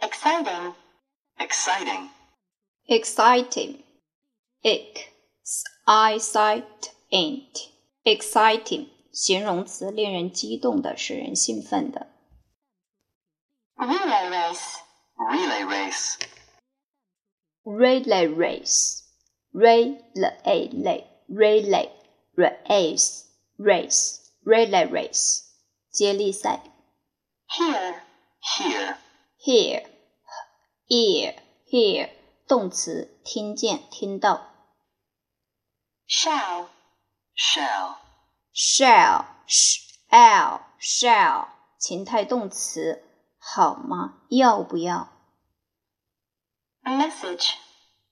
Exciting. Exciting. exciting, exciting, exciting，形容词，令人激动的，使人兴奋的。 Relay race. Relay race. relay race, relay relay relay race race relay race，接力赛。 Here. Here. hear ear hear 动词，听见，听到。 Shall. Shall. shall shall shall 情态动词，好吗？要不要 Message.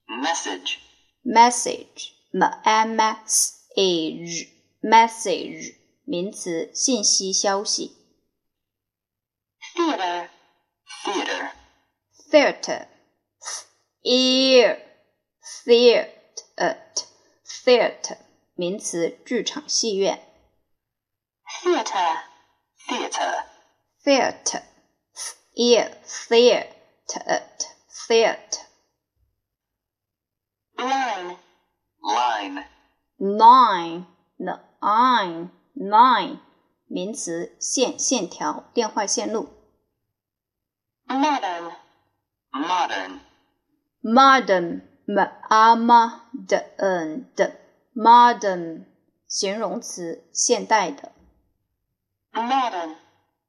Message. ？message m m s a g message 名词，信息、消息。 Theater. Theater. theater ear theater theater 名词，剧场、戏院。 Theater. Theater. theater ear theater theater Line. Line. line line line 名词，线、线条、电话线路。 Modern. Modern. modern m a m a d n d modern 形容词，现代的。 Modern.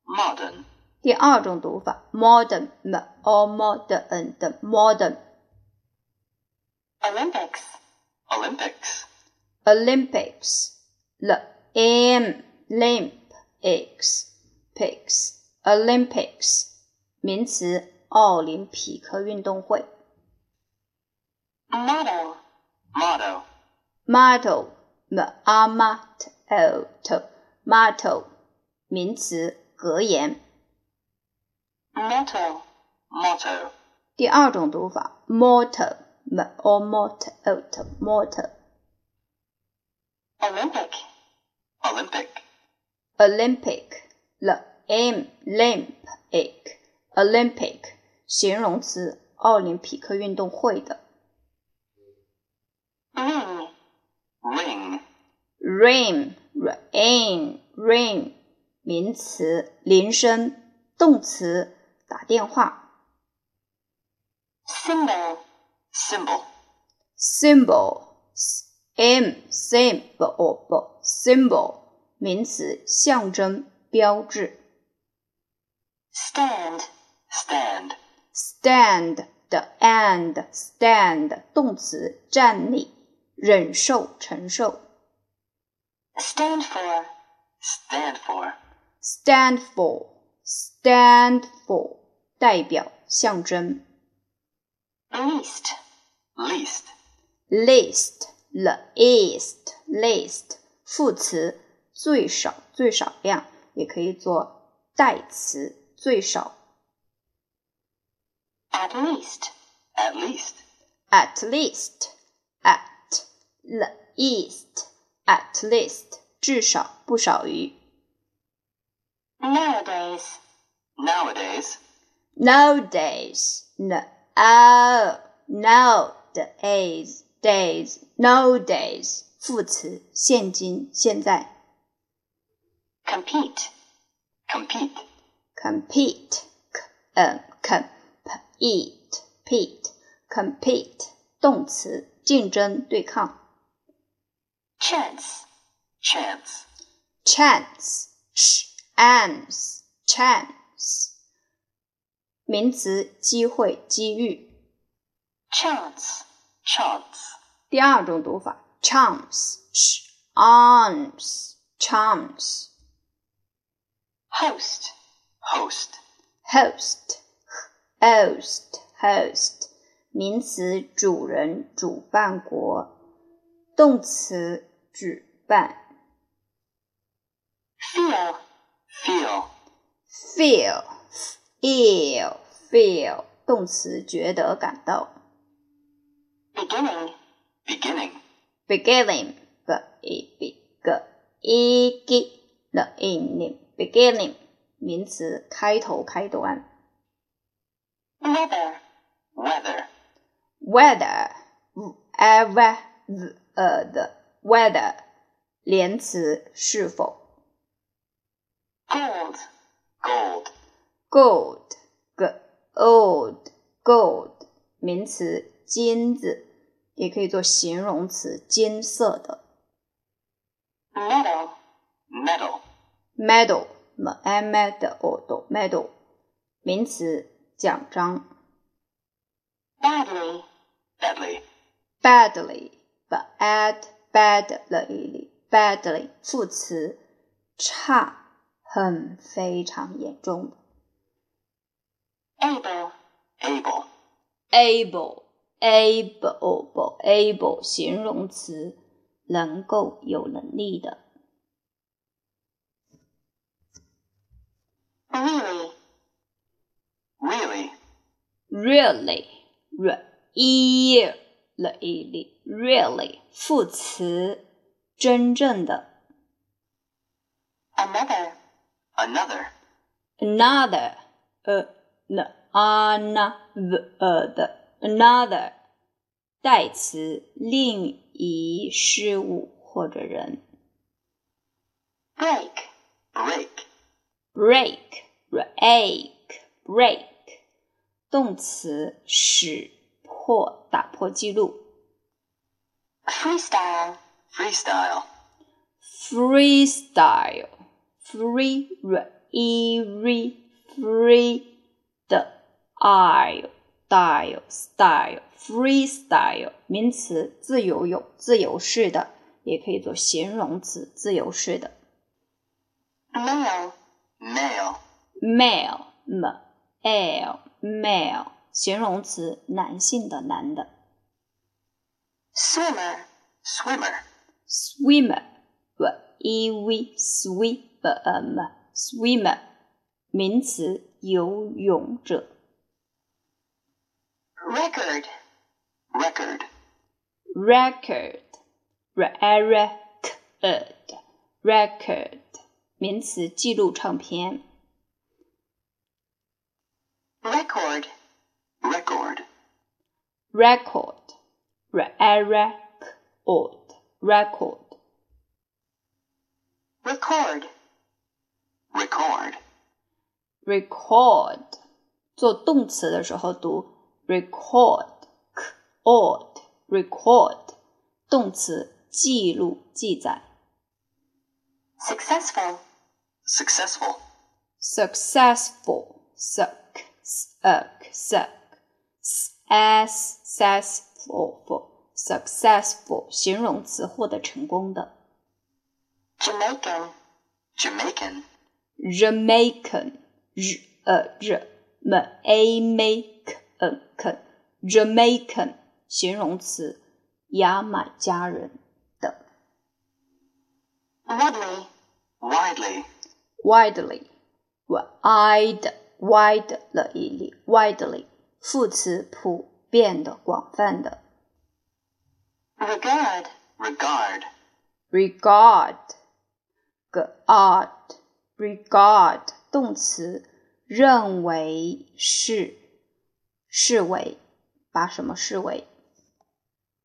Modern. 第二种读法，modern m o m o d n d modern Olympics. Olympics. Olympics l m limp x pics Olympics 名词，奥林匹克运动会。 Motto. Motto. Motto, m a m a t o t, motto 名词，格言。 Motto. Motto. 第二种读法，motto, m o m o t o t, motto。 Olympic. Olympic. Olympic, l m limp i c, Olympic 形容词，奥林匹克运动会的。 Ring. Ring. Rain, rain, rain 名词，铃声；动词，打电话。 Symbol. Symbol. symbol m symbol symbol 名词，象征、标志。 Stand. Stand. stand 的 and stand 动词，站立、忍受、承受。 Stand for. Stand for. stand for stand for 代表、象征。 Least. Least. list the east list 副词，最少、最少量，也可以做代词，最少。 At least. At least. at least at the east at least 至少不少于 Nowadays. Nowadays. nowadays no oh, now the days days nowadays 副词现今现在 Compete. Compete. compete c um compete pete compete 动词竞争对抗 Chance. Chance. chance, chance, chance，名词，机会、机遇。 Chance. Chance. 第二种读法，chance, chance, chance。 Host. Host. host, host, host，名词，主人、主办国。动词，举办。 Feel. Feel. feel, feel, feel，动词，觉得、感到。 Beginning. Beginning. beginning b e g i n i n g beginning 名词，开头、开端。 Weather. Weather. weather ever 呃的 weather 连词是否 Gold. Gold. gold gold gold 名词金子，也可以做形容词金色的 Metal. Metal. medal m e m e d a l medal 名词奖章 Badly. Badly. badly bad badly badly 副词差很非常严重的。 Able. Able. able able able 形容词，能够有能力的。 Really. Really. really really really 副词，真正的。 Another. Another. another 呃 n a n a the 呃的 another 代词，另一事物或者人。 Break. Break. break, break, break，动词，使破、打破记录。 Freestyle. Freestyle. freestyle, free, re, e, re, free, the, isle, style, style, freestyle，名词，自由泳、自由式的，也可以做形容词，自由式的。 Male. Male. male male male 形容词，男性的，男的。 Swimmer. Swimmer. swimmer v e v swim swimmer 呃名词，游泳者。 Record. Record. record 哎 record record 名词，记录唱片。 Record. Record. record 哎 record record Record. Record. record 做动词的时候读 record record record 动词，记录、记载。 Successful. Successful. successful suck suck suck s successful successful 形容词，获得成功的。 Jamaican. Jamaican. Jamaican 日呃日 m a m a k n n Jamaican 形容词，牙买加人的。 Widely. Widely. widely wide widely widely 副词，普遍的、广泛的。 Regard. Regard. regard, god, regard 动词，认为是，视为，把什么视为